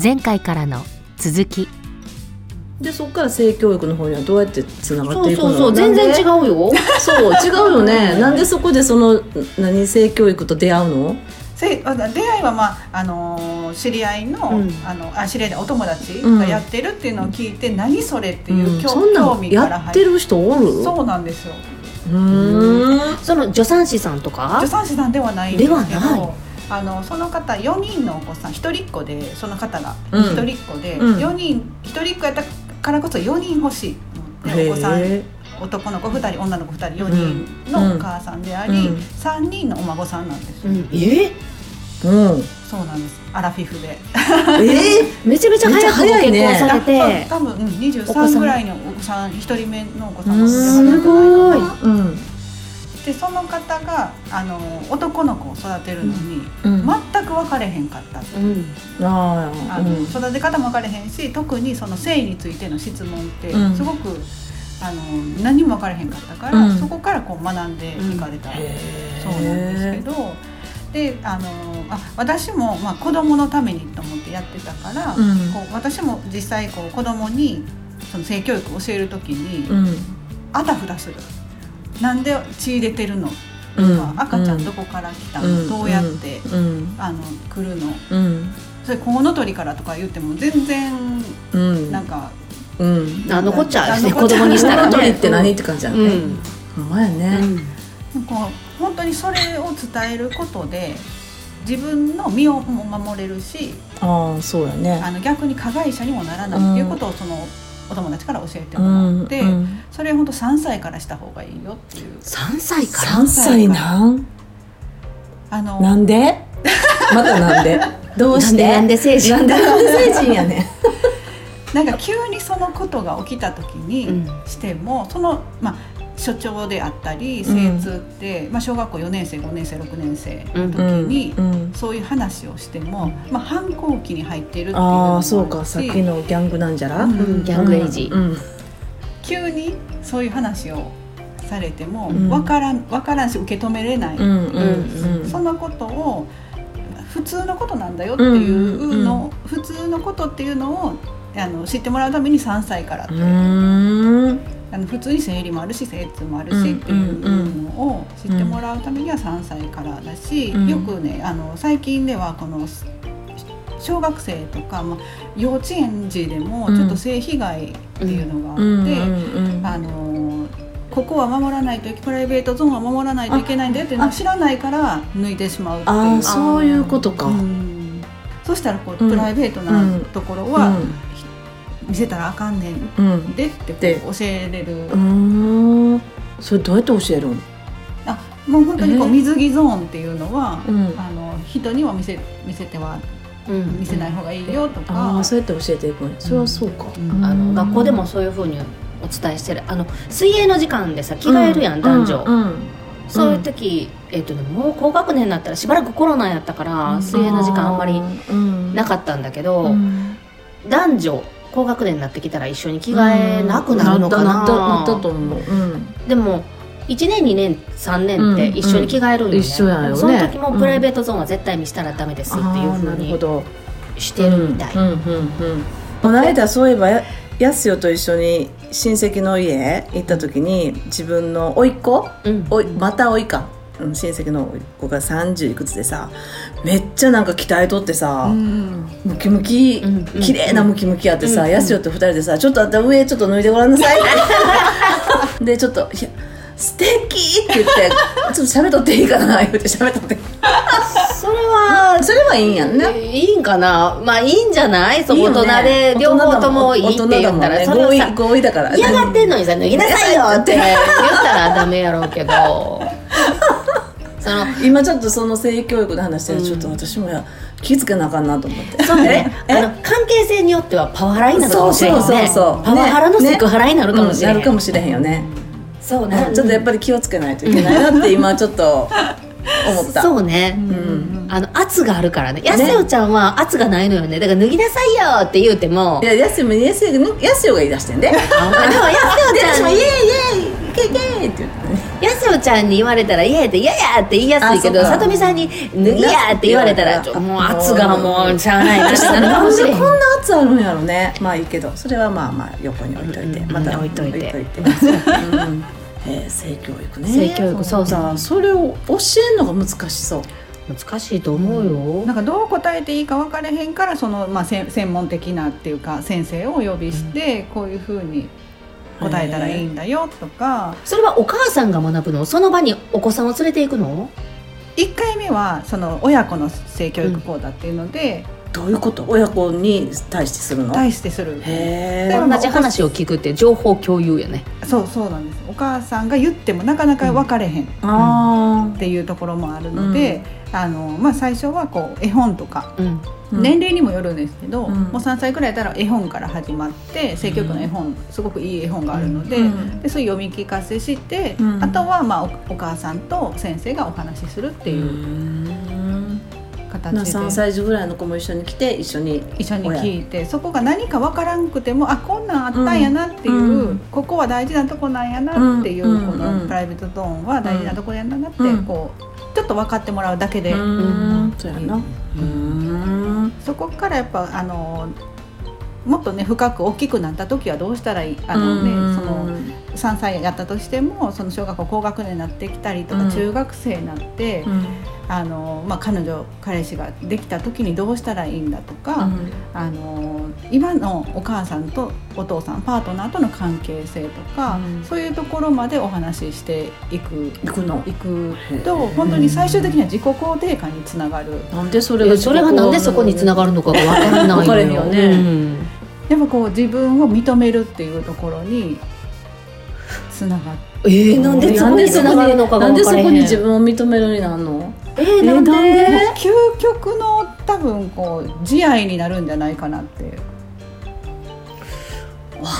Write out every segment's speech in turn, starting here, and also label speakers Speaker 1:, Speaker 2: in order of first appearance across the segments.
Speaker 1: 前回からの続き
Speaker 2: でそこから性教育の方にはどうやってつなが
Speaker 3: そ
Speaker 2: って
Speaker 3: う
Speaker 2: いく
Speaker 3: そ
Speaker 2: の
Speaker 3: うそう全然違う
Speaker 2: う
Speaker 3: よ
Speaker 2: そう違うよねなんでそこでその何性教育と出会うの
Speaker 4: せあ出会いは、まああのー知り合いの,、
Speaker 2: うん
Speaker 4: あのあ知り合いのお友達がやってるっていうのを聞いて、何それっていう、
Speaker 2: ん
Speaker 4: 興
Speaker 2: そんな
Speaker 4: 興
Speaker 2: の
Speaker 4: 味から
Speaker 2: やっ
Speaker 4: 入
Speaker 2: てる人おる
Speaker 4: そうなんですよ
Speaker 2: うーん
Speaker 3: その助産師さんとか
Speaker 4: 助産師さんではないんですけ
Speaker 3: ではない
Speaker 4: どあのその方4人のお子さん1人っ子でその方が
Speaker 2: うん
Speaker 4: 1人っ子で、
Speaker 2: うん
Speaker 4: 四人1人っ子やったからこそ4人欲しいと思ってお子さん
Speaker 2: へ
Speaker 4: 男の子2人女の子2人4人のお母さんであ
Speaker 2: うん
Speaker 4: り、
Speaker 2: うん
Speaker 4: 三3人のお孫さんなんで
Speaker 3: う
Speaker 4: すよ、
Speaker 3: ん、え
Speaker 2: え うん
Speaker 4: そうなんですアラフィフで
Speaker 2: ええ
Speaker 3: めちゃめちゃ早くご結婚されて、
Speaker 4: 多分、うん、
Speaker 3: お子さ
Speaker 4: 23
Speaker 3: ん
Speaker 4: ぐらいのお子さん1人目のお子さん
Speaker 2: う
Speaker 4: も
Speaker 2: ん
Speaker 4: 産んではないかな
Speaker 2: うん
Speaker 4: でその方があの男の子を育てるのに、
Speaker 2: うん
Speaker 4: 全く分かれへんかった
Speaker 3: うん、
Speaker 2: ああ
Speaker 4: あ
Speaker 2: う
Speaker 4: の
Speaker 2: ん
Speaker 4: 育て方も分かれへんし特にその性についての質問って
Speaker 2: うん
Speaker 4: すごく、あの何も分かれへんかったから、
Speaker 2: うん
Speaker 4: そこからこう学んでいかれた、そうなんですけどであのあ私も、まあ、子供のためにと思ってやってたから、
Speaker 2: うん
Speaker 4: こう私も実際こう子供にその性教育を教える時に、
Speaker 2: うん
Speaker 4: あたふたする。なんで血出てるのと
Speaker 2: うん
Speaker 4: か、赤ちゃんどこから来たの、
Speaker 2: うん
Speaker 4: どうやって、
Speaker 2: うん
Speaker 4: あの来るの
Speaker 2: うん
Speaker 4: それコウノトリからとか言っても全然
Speaker 2: うん
Speaker 4: なんか、
Speaker 2: うん
Speaker 3: あ残っちゃうよね
Speaker 4: 残
Speaker 3: 子
Speaker 4: っちゃう
Speaker 3: 供にしたらね
Speaker 2: コウノトリって何って感じだ
Speaker 3: う
Speaker 2: ね
Speaker 3: ん
Speaker 2: ほんまや
Speaker 3: う
Speaker 2: ね
Speaker 3: ん
Speaker 4: こう本当にそれを伝えることで自分の身をも守れるし
Speaker 2: ああそうやね
Speaker 4: あの逆に加害者にもならないっていうことをそのお友達から教えてもらって、
Speaker 2: うん
Speaker 4: それ本当3歳からした方がいいよっていう
Speaker 3: 3歳から
Speaker 2: 3歳なん
Speaker 4: あの
Speaker 2: なんでまたなんでどう
Speaker 3: な
Speaker 2: し
Speaker 3: んで
Speaker 2: て
Speaker 3: なんで成人
Speaker 2: なんでなんで成人やね
Speaker 4: なんか急にそのことが起きた時に
Speaker 3: う
Speaker 4: しても、そのまあ所長であったり
Speaker 2: うん
Speaker 4: 精通って、まあ、小学校4年生5年生6年生
Speaker 3: う
Speaker 4: の
Speaker 3: ん
Speaker 4: 時に、
Speaker 2: うん
Speaker 4: そういう話をしても、まあ、反抗期に入っているっていうのも
Speaker 2: あ
Speaker 4: あ
Speaker 2: あ
Speaker 4: るし
Speaker 2: そうかさっきのギャングなんじゃら
Speaker 4: うん
Speaker 3: うんギャングエイジ
Speaker 2: うんうん
Speaker 4: 急にそういう話をされても
Speaker 2: うん
Speaker 4: 分からん分からんし受け止めれない、
Speaker 2: うんうんうん
Speaker 4: そのことを普通のことなんだよっていうの、普通のことっていうのをあの知ってもらうために3歳からって
Speaker 2: う
Speaker 4: いう、
Speaker 2: ーん
Speaker 4: あの普通に生理もあるし生痛もあるしっていうのを知ってもらうためには3歳からだし、
Speaker 2: うん
Speaker 4: よくねあの最近ではこのし小学生とか、まあ、幼稚園児でも
Speaker 2: うん
Speaker 4: ちょっと性被害っていうのがあって、
Speaker 2: うんうんうん
Speaker 4: あのここは守らないといけプライベートゾーンは守らないといけないんだよっていうのを知らないから抜いてしまうっていう。
Speaker 2: ああそういうことか
Speaker 4: うんそしたらこう、
Speaker 2: うん
Speaker 4: プライベートなところ
Speaker 2: う
Speaker 4: は
Speaker 2: ん
Speaker 4: 見せたらあかんねん
Speaker 2: うん
Speaker 4: でってこ
Speaker 2: で
Speaker 4: う教えれる、
Speaker 2: うーんそれどうやって教えるん
Speaker 4: あもう本当にこう
Speaker 2: えー
Speaker 4: 水着ゾーンっていうのは、
Speaker 2: うん
Speaker 4: あの人には見せ見せては
Speaker 3: うん
Speaker 4: 見せない方がいいよとか、
Speaker 2: ああそうやって教えていくんやそれはそうか
Speaker 3: あの学校でもそういうふうにお伝えしてるあの水泳の時間でさ着替えるやん、男女、
Speaker 2: うんうん
Speaker 3: そういう時、えっとね、もう高学年になったらしばらくコロナやったから、
Speaker 4: うん
Speaker 3: 水泳の時間あんまり
Speaker 2: り
Speaker 3: な
Speaker 2: っ
Speaker 3: かったんだけど、男女高学年になってきたら一緒に着替えなくなるのかな,、
Speaker 2: ったなったと思ううん
Speaker 3: でも1年2年3年って一緒に着替えるんよね、
Speaker 2: うんうん一緒やよね
Speaker 3: その時もプライベートゾーンは絶対見したらダメですっていう
Speaker 2: あー
Speaker 3: ふう
Speaker 2: なるほ
Speaker 3: に
Speaker 2: ど
Speaker 3: してるみたい、
Speaker 2: うんうんうんうんこの間そういえばややすよと一緒に親戚の家へ行った時に自分の甥っ子
Speaker 3: うん
Speaker 2: おいまた甥いか、うん、親戚の甥っ子が30いくつでさめっちゃなんか鍛えとってさ、
Speaker 4: うん
Speaker 2: ムキムキ
Speaker 3: うんうん
Speaker 2: 綺麗なムキムキやって
Speaker 3: う
Speaker 2: さ
Speaker 3: ん
Speaker 2: やすよと二人でさ「ちょっとあんた上ちょっと脱いでごらんなさい」 でちょっと「いや素敵って言って「ちょっと喋っとっていいかな」言って喋っとって
Speaker 3: それは
Speaker 2: それはいいんやんな。
Speaker 3: いいんかなまあいいんじゃないそう大人で
Speaker 2: いいよ
Speaker 3: 両
Speaker 2: ね
Speaker 3: 方ともいいって言った
Speaker 2: 大
Speaker 3: ら
Speaker 2: 人
Speaker 3: そ
Speaker 2: だ
Speaker 3: れ
Speaker 2: もん
Speaker 3: を
Speaker 2: ね
Speaker 3: さ
Speaker 2: 合意合意だから
Speaker 3: 嫌がってんのにさ脱ぎなさいよって言ったらダメやろうけど その
Speaker 2: 今ちょっとその性教育の話でちょっと私もや気付けなあかんなと思って
Speaker 3: そうね、あ
Speaker 2: え
Speaker 3: の関係性によってはパワハラになるかもしれんよ
Speaker 2: そうそう
Speaker 3: ね
Speaker 2: そうそう
Speaker 3: パワハラの
Speaker 2: ね
Speaker 3: セクハラになるかもしれ、
Speaker 2: うんんなるかもしれへんよね、
Speaker 3: そう
Speaker 2: う
Speaker 3: ね、
Speaker 2: んちょっとやっぱり気をつけないといけないなって今ちょっと思った
Speaker 3: そうね、
Speaker 2: ん
Speaker 3: あの圧があるからねやすよちゃんは圧がないのよねだから脱ぎなさいよって言うても
Speaker 2: いややすよもやすよ やすよが言い出してんで
Speaker 3: あでもやすよち
Speaker 2: 私
Speaker 3: ゃ
Speaker 2: も
Speaker 3: ん
Speaker 2: イエイイエイイケイイケイって言ってね
Speaker 3: やすよちゃんに言われたら嫌やって嫌やって言いやすいけど
Speaker 2: あそうか
Speaker 3: さとみさんに脱ぎやって言われたらちょもう圧がもうしゃあないなってなるか
Speaker 2: な
Speaker 3: も
Speaker 2: ん
Speaker 3: し
Speaker 2: で
Speaker 3: れへ
Speaker 2: こ
Speaker 3: ん
Speaker 2: んな圧あるんやろねまあいいけどそれはまあまあ横に置いといて、
Speaker 3: うんうん
Speaker 2: また
Speaker 3: 置いといて
Speaker 2: うんえー性教育ね
Speaker 3: 性教育そうそう
Speaker 2: だそれを教えるのが難しそう
Speaker 3: 難しいと思うよ、
Speaker 4: なんかどう答えていいか分からへんからその、まあ、せん専門的なっていうか先生をお呼びして、こういうふうに答えたらいいんだよとか
Speaker 3: それはお母さんが学ぶのその場にお子さんを連れていくの
Speaker 4: 1回目はその親子の性教育講座っていうので、
Speaker 2: どういうこと親子に対してするのへ
Speaker 4: 対してする
Speaker 2: え
Speaker 4: で
Speaker 3: 同じ話を聞くって情報共有やね
Speaker 4: そうそうなんですお母さんが言ってもなかなか分かれへんっ
Speaker 2: あ
Speaker 4: ていうところもあるので、あのまあ、最初はこう絵本とか
Speaker 3: うん
Speaker 2: ー
Speaker 4: 年齢にもよるんですけど、
Speaker 2: うん
Speaker 4: もう3歳くらいだったら絵本から始まって性教育の絵本、すごくいい絵本があるので,、
Speaker 2: うん
Speaker 4: でそういう読み聞かせして、
Speaker 2: うん
Speaker 4: あとは、まあ、おお母さんと先生がお話しするっていう
Speaker 2: うん
Speaker 4: 形
Speaker 2: な
Speaker 4: で
Speaker 2: 3歳児ぐらいの子も一緒に来て一緒に
Speaker 4: 一緒に聞いてそこが何かわからんくてもあこんなんあったんやなっていう、
Speaker 2: うんうん
Speaker 4: ここは大事なとこなんやなっていう、
Speaker 2: うん
Speaker 4: こ
Speaker 2: う
Speaker 4: の
Speaker 2: ん
Speaker 4: プライベートゾーンは大事なとこやなって、
Speaker 2: うん
Speaker 4: こうちょっと分かってもらうだけで、
Speaker 2: うんそうやなうん
Speaker 4: そこからやっぱあのもっとね深く大きくなった時はどうしたらいいあ
Speaker 2: あ
Speaker 4: の、ねそ
Speaker 2: の
Speaker 4: の3歳やったとしてもその小学校高学年になってきたりとか、
Speaker 2: うん
Speaker 4: 中学生になって、あのまあ、彼女彼氏ができた時にどうしたらいいんだとか。あの今のお母さんとお父さんパートナーとの関係性とか、
Speaker 2: うん
Speaker 4: そういうところまでお話ししていく
Speaker 2: 行くの
Speaker 4: いく
Speaker 2: へえ
Speaker 4: と本当に最終的には自己肯定感につながる
Speaker 2: なんでそ
Speaker 3: そ
Speaker 2: れ
Speaker 3: れ
Speaker 2: が
Speaker 3: がなんでそこにつながるのかがわからない
Speaker 2: わからへんよね
Speaker 3: うん
Speaker 4: やっぱこう自分を認めるっていうところにつながって
Speaker 3: えー、なんでそこにつながるのかが
Speaker 2: なん
Speaker 3: わ
Speaker 2: でそ
Speaker 3: からへん
Speaker 2: こに自分を認めるようになるの
Speaker 3: えー、なんで
Speaker 2: えー
Speaker 4: 究極の多分こう慈愛になるんじゃないかなっていう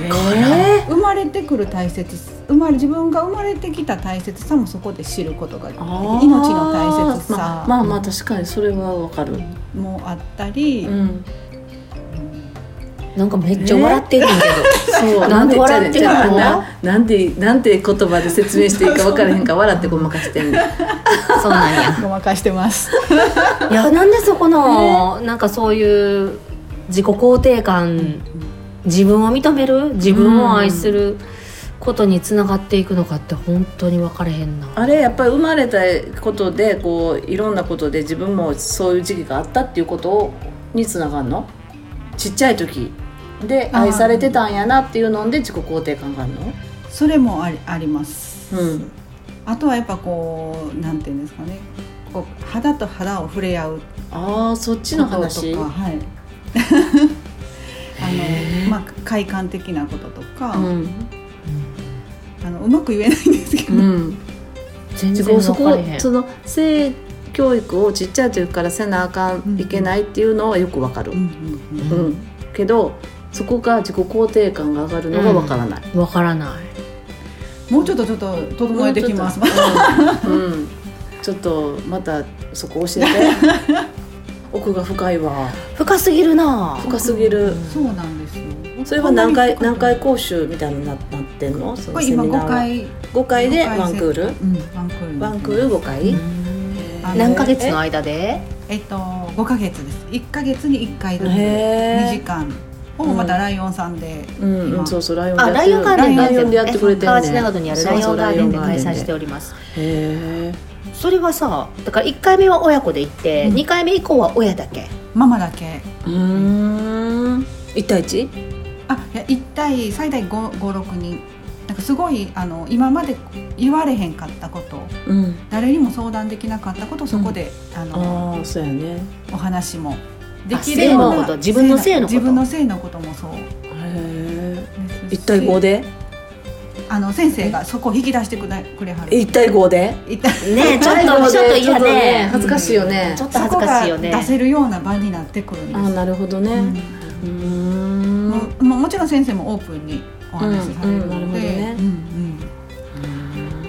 Speaker 2: え
Speaker 4: 生まれてくる大切生まれ自分が生まれてきた大切さもそこで知ることができる命の大切さ、
Speaker 2: まあまあまあ確かにそれはわかる
Speaker 4: もあったり、
Speaker 2: ん
Speaker 3: なんかめっちゃ笑ってるんやけど、
Speaker 2: そう
Speaker 3: なんで笑ってるの
Speaker 2: なんでななんでなんて言葉で説明していいか分からへんから笑ってごまかしてんの
Speaker 3: そうなんや
Speaker 4: ごまかしてます。
Speaker 3: いやなんでそこの、なんかそういう自己肯定感自分を認める自分を愛することにつながっていくのかって本当に分かれへんな
Speaker 2: あれやっぱり生まれたことでこういろんなことで自分もそういう時期があったっていうことをにつながるのちっちゃい時で
Speaker 4: あー
Speaker 2: 愛されてたんやなっていうので自己肯定感があるの
Speaker 4: それもありあります。
Speaker 2: うん
Speaker 4: あとはやっぱこうなんていうんですかね。こう肌と肌を触れ合うこ
Speaker 2: あーそっち
Speaker 4: と
Speaker 2: の
Speaker 4: とか、
Speaker 2: 話
Speaker 4: はい。あのまあ快感的なこととか、
Speaker 2: うん、
Speaker 4: あのうまく言えないんですけど、
Speaker 2: うん、
Speaker 3: 全
Speaker 2: そ
Speaker 3: 然
Speaker 2: こそ
Speaker 3: 分か
Speaker 2: こ
Speaker 3: れへん
Speaker 2: その性教育をちっちゃい時からせなあかんいけないっていうのはよくわかる
Speaker 4: うん、うんうん
Speaker 2: うんけどそこが自己肯定感が上がるのがわからない、
Speaker 3: 分からない
Speaker 4: もうちょっとちょっと整えてきます。
Speaker 2: もうちょっとうん、うんちょっとまたそこ 教えて奥が深いわ
Speaker 3: 深すぎるな
Speaker 2: 深すぎる
Speaker 4: そうなんですよ。
Speaker 2: それは何回何回
Speaker 4: こ
Speaker 2: 講習みたいにななってんのその
Speaker 4: れ
Speaker 2: セミナー
Speaker 4: 今五
Speaker 2: は
Speaker 4: 回、
Speaker 2: 5回で
Speaker 4: 五回
Speaker 2: ワンクール
Speaker 4: うん、ワンクール。
Speaker 2: ワンクール5回、
Speaker 4: あの
Speaker 3: 何ヶ月の間で
Speaker 4: えっと五ヶ月です。一ヶ月に一回ずつ二時
Speaker 2: へえ、
Speaker 4: 間をまたライオンさんで、
Speaker 2: うんう
Speaker 4: 今
Speaker 2: ん、そうそうライオン
Speaker 3: あライオンガーデン
Speaker 2: ライオンでやってくれてる
Speaker 3: 川
Speaker 2: ね
Speaker 3: 内長野にあるライオンガーデンで開催しております
Speaker 2: へえ
Speaker 3: それはさだから1回目は親子で行って、
Speaker 4: うん
Speaker 3: 2回目以降は親だけ
Speaker 4: ママだけ
Speaker 2: うーん1対 1?
Speaker 4: あいや1対最大56人なんかすごいあの今まで言われへんかったこと
Speaker 2: うん
Speaker 4: 誰にも相談できなかったことそこで、あの
Speaker 2: ああそうやね
Speaker 4: お話もでき
Speaker 2: 性
Speaker 4: る
Speaker 2: の
Speaker 3: こと自分の性のこと
Speaker 4: 自分の性のこともそう
Speaker 2: へえ
Speaker 4: ですし
Speaker 2: 1対5で
Speaker 4: あの先生がそこを引き出してくれくれはる
Speaker 2: 1対5で
Speaker 4: 一対
Speaker 3: ねえちょっ
Speaker 2: 最後
Speaker 3: と
Speaker 2: で
Speaker 3: ちょっと嫌
Speaker 2: ちょっとね
Speaker 3: ね
Speaker 2: 恥ずかしいよね
Speaker 3: ちょっと
Speaker 4: そ
Speaker 3: 恥ず
Speaker 4: こ
Speaker 3: か
Speaker 4: が
Speaker 3: しいよね
Speaker 4: 出せるような場になってくるんです
Speaker 2: ああなるほどね
Speaker 4: うん
Speaker 2: うー
Speaker 4: うんもうもちろん先生もオープンにお話しされる
Speaker 2: うんうん
Speaker 4: の
Speaker 2: なるほど
Speaker 4: で
Speaker 2: ね
Speaker 4: うんうん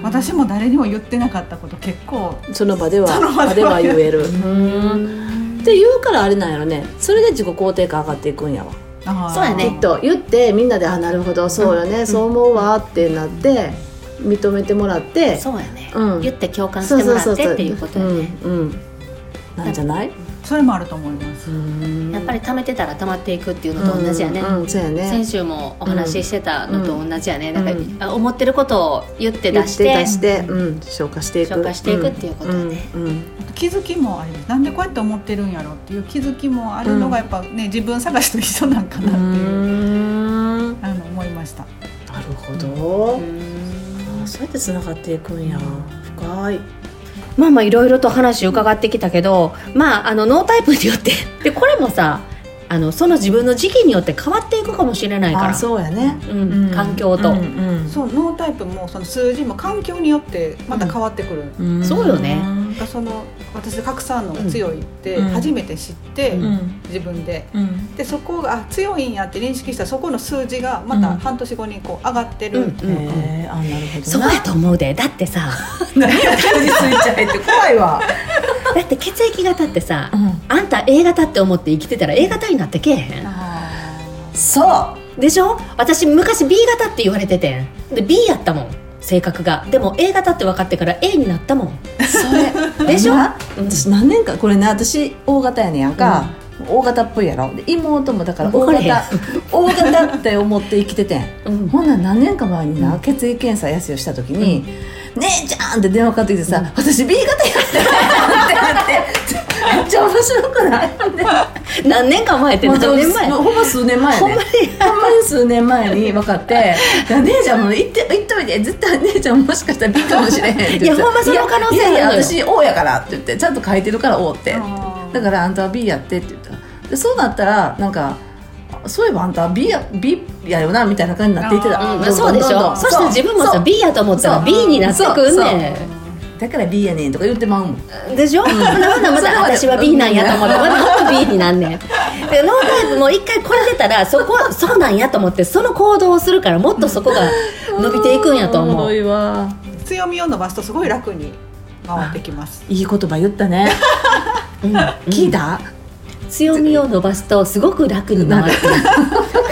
Speaker 4: 私も誰にも言ってなかったこと結構
Speaker 2: その場では
Speaker 4: その場
Speaker 2: 場
Speaker 4: で
Speaker 2: で
Speaker 4: は
Speaker 2: は言えるって言うからあれなんやろねそれで自己肯定感上がっていくんやわ
Speaker 4: あー
Speaker 3: そうやね
Speaker 2: きっと言ってみんなで「あなるほどそうよね、そう思うわ」ってなって認めてもらって
Speaker 3: そうやね、
Speaker 2: うん
Speaker 3: 言って共感してもらってっていうことやね、
Speaker 2: うんうんなんじゃない
Speaker 4: それもあると思います
Speaker 3: やっぱり溜めてたら溜まっていくっていうのと同じやね、
Speaker 2: うんうんそうやね
Speaker 3: 先週もお話ししてたのと同じやね、
Speaker 2: うん
Speaker 3: なんかあ思ってることを言って
Speaker 2: 言っ
Speaker 3: 出
Speaker 2: て
Speaker 3: して
Speaker 2: 出して、うん、消化していく
Speaker 3: 消化していくっていうことだね
Speaker 2: うんうん
Speaker 4: あと気づきもありますなんでこうやって思ってるんやろっていう気づきもあるのがやっぱね、自分探しと一緒なんかな
Speaker 2: う
Speaker 4: っていう、
Speaker 2: んな
Speaker 4: あの思いました
Speaker 2: るほど、
Speaker 3: うん
Speaker 2: あそうやってつながっていくんや深い
Speaker 3: まあまあいろいろと話伺ってきたけどまああのノータイプに よってでこれもさあのその自分の時期によって変わっていくかもしれないから
Speaker 2: あそうやね、
Speaker 3: うん環境と、
Speaker 2: うんうん
Speaker 4: そうノータイプもその数字も環境によってまた変わってくる、
Speaker 2: うん
Speaker 3: そうよね
Speaker 4: なんかその私拡散のが強いって
Speaker 2: うん
Speaker 4: 初めて知って、
Speaker 2: うん
Speaker 4: 自分で
Speaker 2: うん
Speaker 4: でそこがあ強いんやって認識したそこの数字がまた半年後にこう上がってる、
Speaker 3: うん
Speaker 2: へえあなるほどな
Speaker 3: そう やと思うでだってさ
Speaker 2: 何やったについちゃいって怖いわ、
Speaker 3: だって血液型ってさ
Speaker 2: うん、
Speaker 3: あんた A 型って思って生きてたら A 型になってけえへん
Speaker 4: あ
Speaker 2: そう
Speaker 3: でしょ私昔 B 型って言われててんで B やったもん性格がでも A 型って分かってから A になったもん
Speaker 2: それ
Speaker 3: でしょ
Speaker 2: な
Speaker 3: うん
Speaker 2: 私何年かこれね私 O 型やねんやんか、大 O 型っぽいやろで妹もだから
Speaker 3: 分
Speaker 2: O
Speaker 3: かれへん
Speaker 2: 型 O 型って思って生きててん
Speaker 3: うん
Speaker 2: ほんなら何年か前にな、血液検査やすよした時に「姉ちゃん!」って電話かかってきてさ「私 B 型やって!」って言ってめっちゃ面白くない
Speaker 3: 何年か前って
Speaker 2: もう
Speaker 3: 何年前
Speaker 2: もうほんま数年前や
Speaker 3: ほん
Speaker 2: ね
Speaker 3: まに
Speaker 2: ほんまに数年前に分かって「いや姉ちゃんも言って言っといて絶対姉ちゃんもしかしたら B かもしれへん」って言って
Speaker 3: いやほんまその可能性あるのよ
Speaker 2: いやいや私 O やから」って言ってちゃんと書いてるから O って
Speaker 4: あ
Speaker 2: だからあんたは B やってって言ったらでそうなったらなんかあそういえばあんたは B や B やよなみたいな感じになっていってた
Speaker 4: あー
Speaker 3: うんま
Speaker 2: ど
Speaker 3: あ、
Speaker 2: ん
Speaker 3: そ
Speaker 2: ど
Speaker 3: うんで
Speaker 2: どんどん
Speaker 3: しょそしたら自分も
Speaker 2: そ
Speaker 3: さ
Speaker 2: う
Speaker 3: B やと思ったら
Speaker 2: そう
Speaker 3: B になってくんね
Speaker 2: だから B やねんとか言ってまうもん
Speaker 3: んでしょほなほなま
Speaker 2: それ
Speaker 3: た
Speaker 2: まで
Speaker 3: 私は B なんやと思ってまた B になん ねんでノータイプも一回これ出たらそこそうなんやと思ってその行動をするからもっとそこが伸びていくんやと
Speaker 2: おも
Speaker 3: 思
Speaker 2: ろ
Speaker 3: う
Speaker 2: いわ
Speaker 4: 強みを伸ばすとすごい楽に回ってきます
Speaker 2: いい言葉言ったね
Speaker 3: うん
Speaker 2: 聞いた
Speaker 3: 強みを伸ばすとすごく楽に回っていく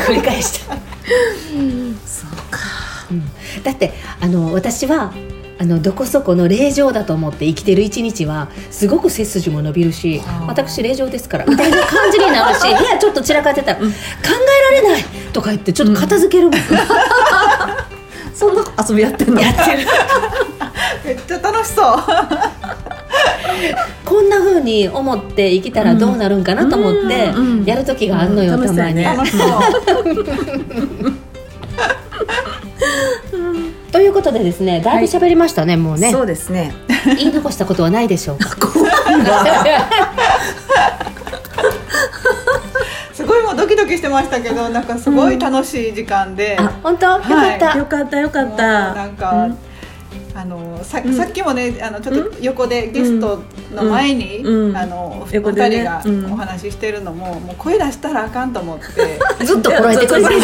Speaker 3: 繰り返した
Speaker 2: そうか
Speaker 3: だってあの私はあのどこそこの霊場だと思って生きてる一日はすごく背筋も伸びるし
Speaker 4: あー
Speaker 3: 私霊場ですからみたいな感じになる し部屋ちょっと散らかってたら、考えられないとか言ってちょっと片付けるもん、
Speaker 2: そんな遊びやってんの
Speaker 3: やってる
Speaker 4: めっちゃ楽しそう
Speaker 3: こんな風に思って生きたらどうなるんかなと思って、
Speaker 2: うんうん
Speaker 3: やる時があんのよ、
Speaker 2: うん
Speaker 3: たまに、
Speaker 2: 楽しそうやね
Speaker 4: 楽しそう
Speaker 3: ということでですねだいぶ喋りましたね、もうね
Speaker 2: そうですね
Speaker 3: 言い残したことはないでしょう か
Speaker 4: すごいもうドキドキしてましたけどなんかすごい楽しい時間で、も
Speaker 3: 本当よかった、
Speaker 4: は
Speaker 2: よかったよか
Speaker 4: う
Speaker 2: った
Speaker 4: なんか、あのささっきもねあのちょっと横でゲストの前に、
Speaker 2: うんうん
Speaker 4: あのお二
Speaker 2: 横でね
Speaker 4: 人が
Speaker 2: うん
Speaker 4: お話ししてるのも、もう声出したらあかんと思って
Speaker 3: ずっとこらえてくれてる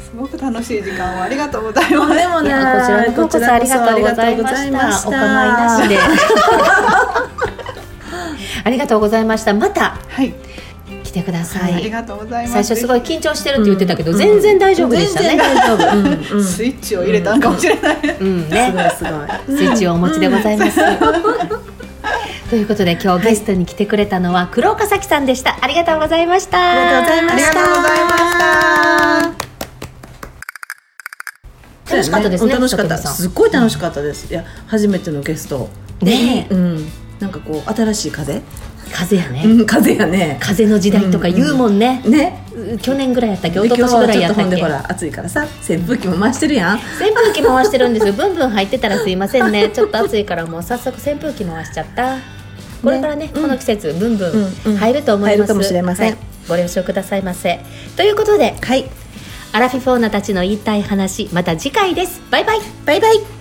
Speaker 4: すごく楽しい時間をありがとうございます。
Speaker 2: でも
Speaker 3: い
Speaker 2: ね
Speaker 3: やこちらこそありがとうございました。お構いな しで。ありがとうございました。また
Speaker 4: はい、
Speaker 3: 来てくださ
Speaker 4: あり
Speaker 3: い。
Speaker 4: がとうございます。
Speaker 3: 最初すご
Speaker 4: い
Speaker 3: い緊張してるって言ってたけど、全然大丈夫でした
Speaker 2: 全然
Speaker 3: ね。
Speaker 2: 大丈夫。うんうん。す
Speaker 4: スイッチを入れたのかもしれない。
Speaker 3: うん
Speaker 2: ご
Speaker 3: ね。
Speaker 2: いすご
Speaker 3: スイッチをお持ちでございます。 ということで今日ゲストに来てくれたのは黒岡咲さんでした。ありがとうございました。
Speaker 2: ありがとうございましたい。
Speaker 3: 楽しかったですね。
Speaker 2: 楽しかった。
Speaker 3: 佐藤
Speaker 2: す
Speaker 3: さ
Speaker 2: っごい楽しかったです。いや初めてのゲスト。
Speaker 3: んね
Speaker 2: うん。なんかこう新しい風。
Speaker 3: え、風やね。
Speaker 2: うん風やね。
Speaker 3: 風の時代とか言うもんね。
Speaker 2: ね。
Speaker 3: 去年ぐらいやったっけ、
Speaker 2: で
Speaker 3: 一昨
Speaker 2: 今日
Speaker 3: 年ぐ
Speaker 2: は
Speaker 3: らい
Speaker 2: ちょっ
Speaker 3: や
Speaker 2: と
Speaker 3: った
Speaker 2: ほ
Speaker 3: っ
Speaker 2: ん
Speaker 3: け
Speaker 2: でほ。ら暑いからさ扇風機も回してるやん。
Speaker 3: 扇風機回してるんですよ。ブンブン入ってたらすいませんね。ちょっと暑いからもう早速扇風機回しちゃった。これからね、この季節、ブンブ
Speaker 2: うんう
Speaker 3: ン
Speaker 2: ん
Speaker 3: 入ると思います。
Speaker 2: 入るかもしれません
Speaker 3: はいご了承くださいませ。ということで、
Speaker 2: はい。
Speaker 3: アラフィフォーナたちの言いたい話、また次回です。バイバイ。
Speaker 2: バイバイ。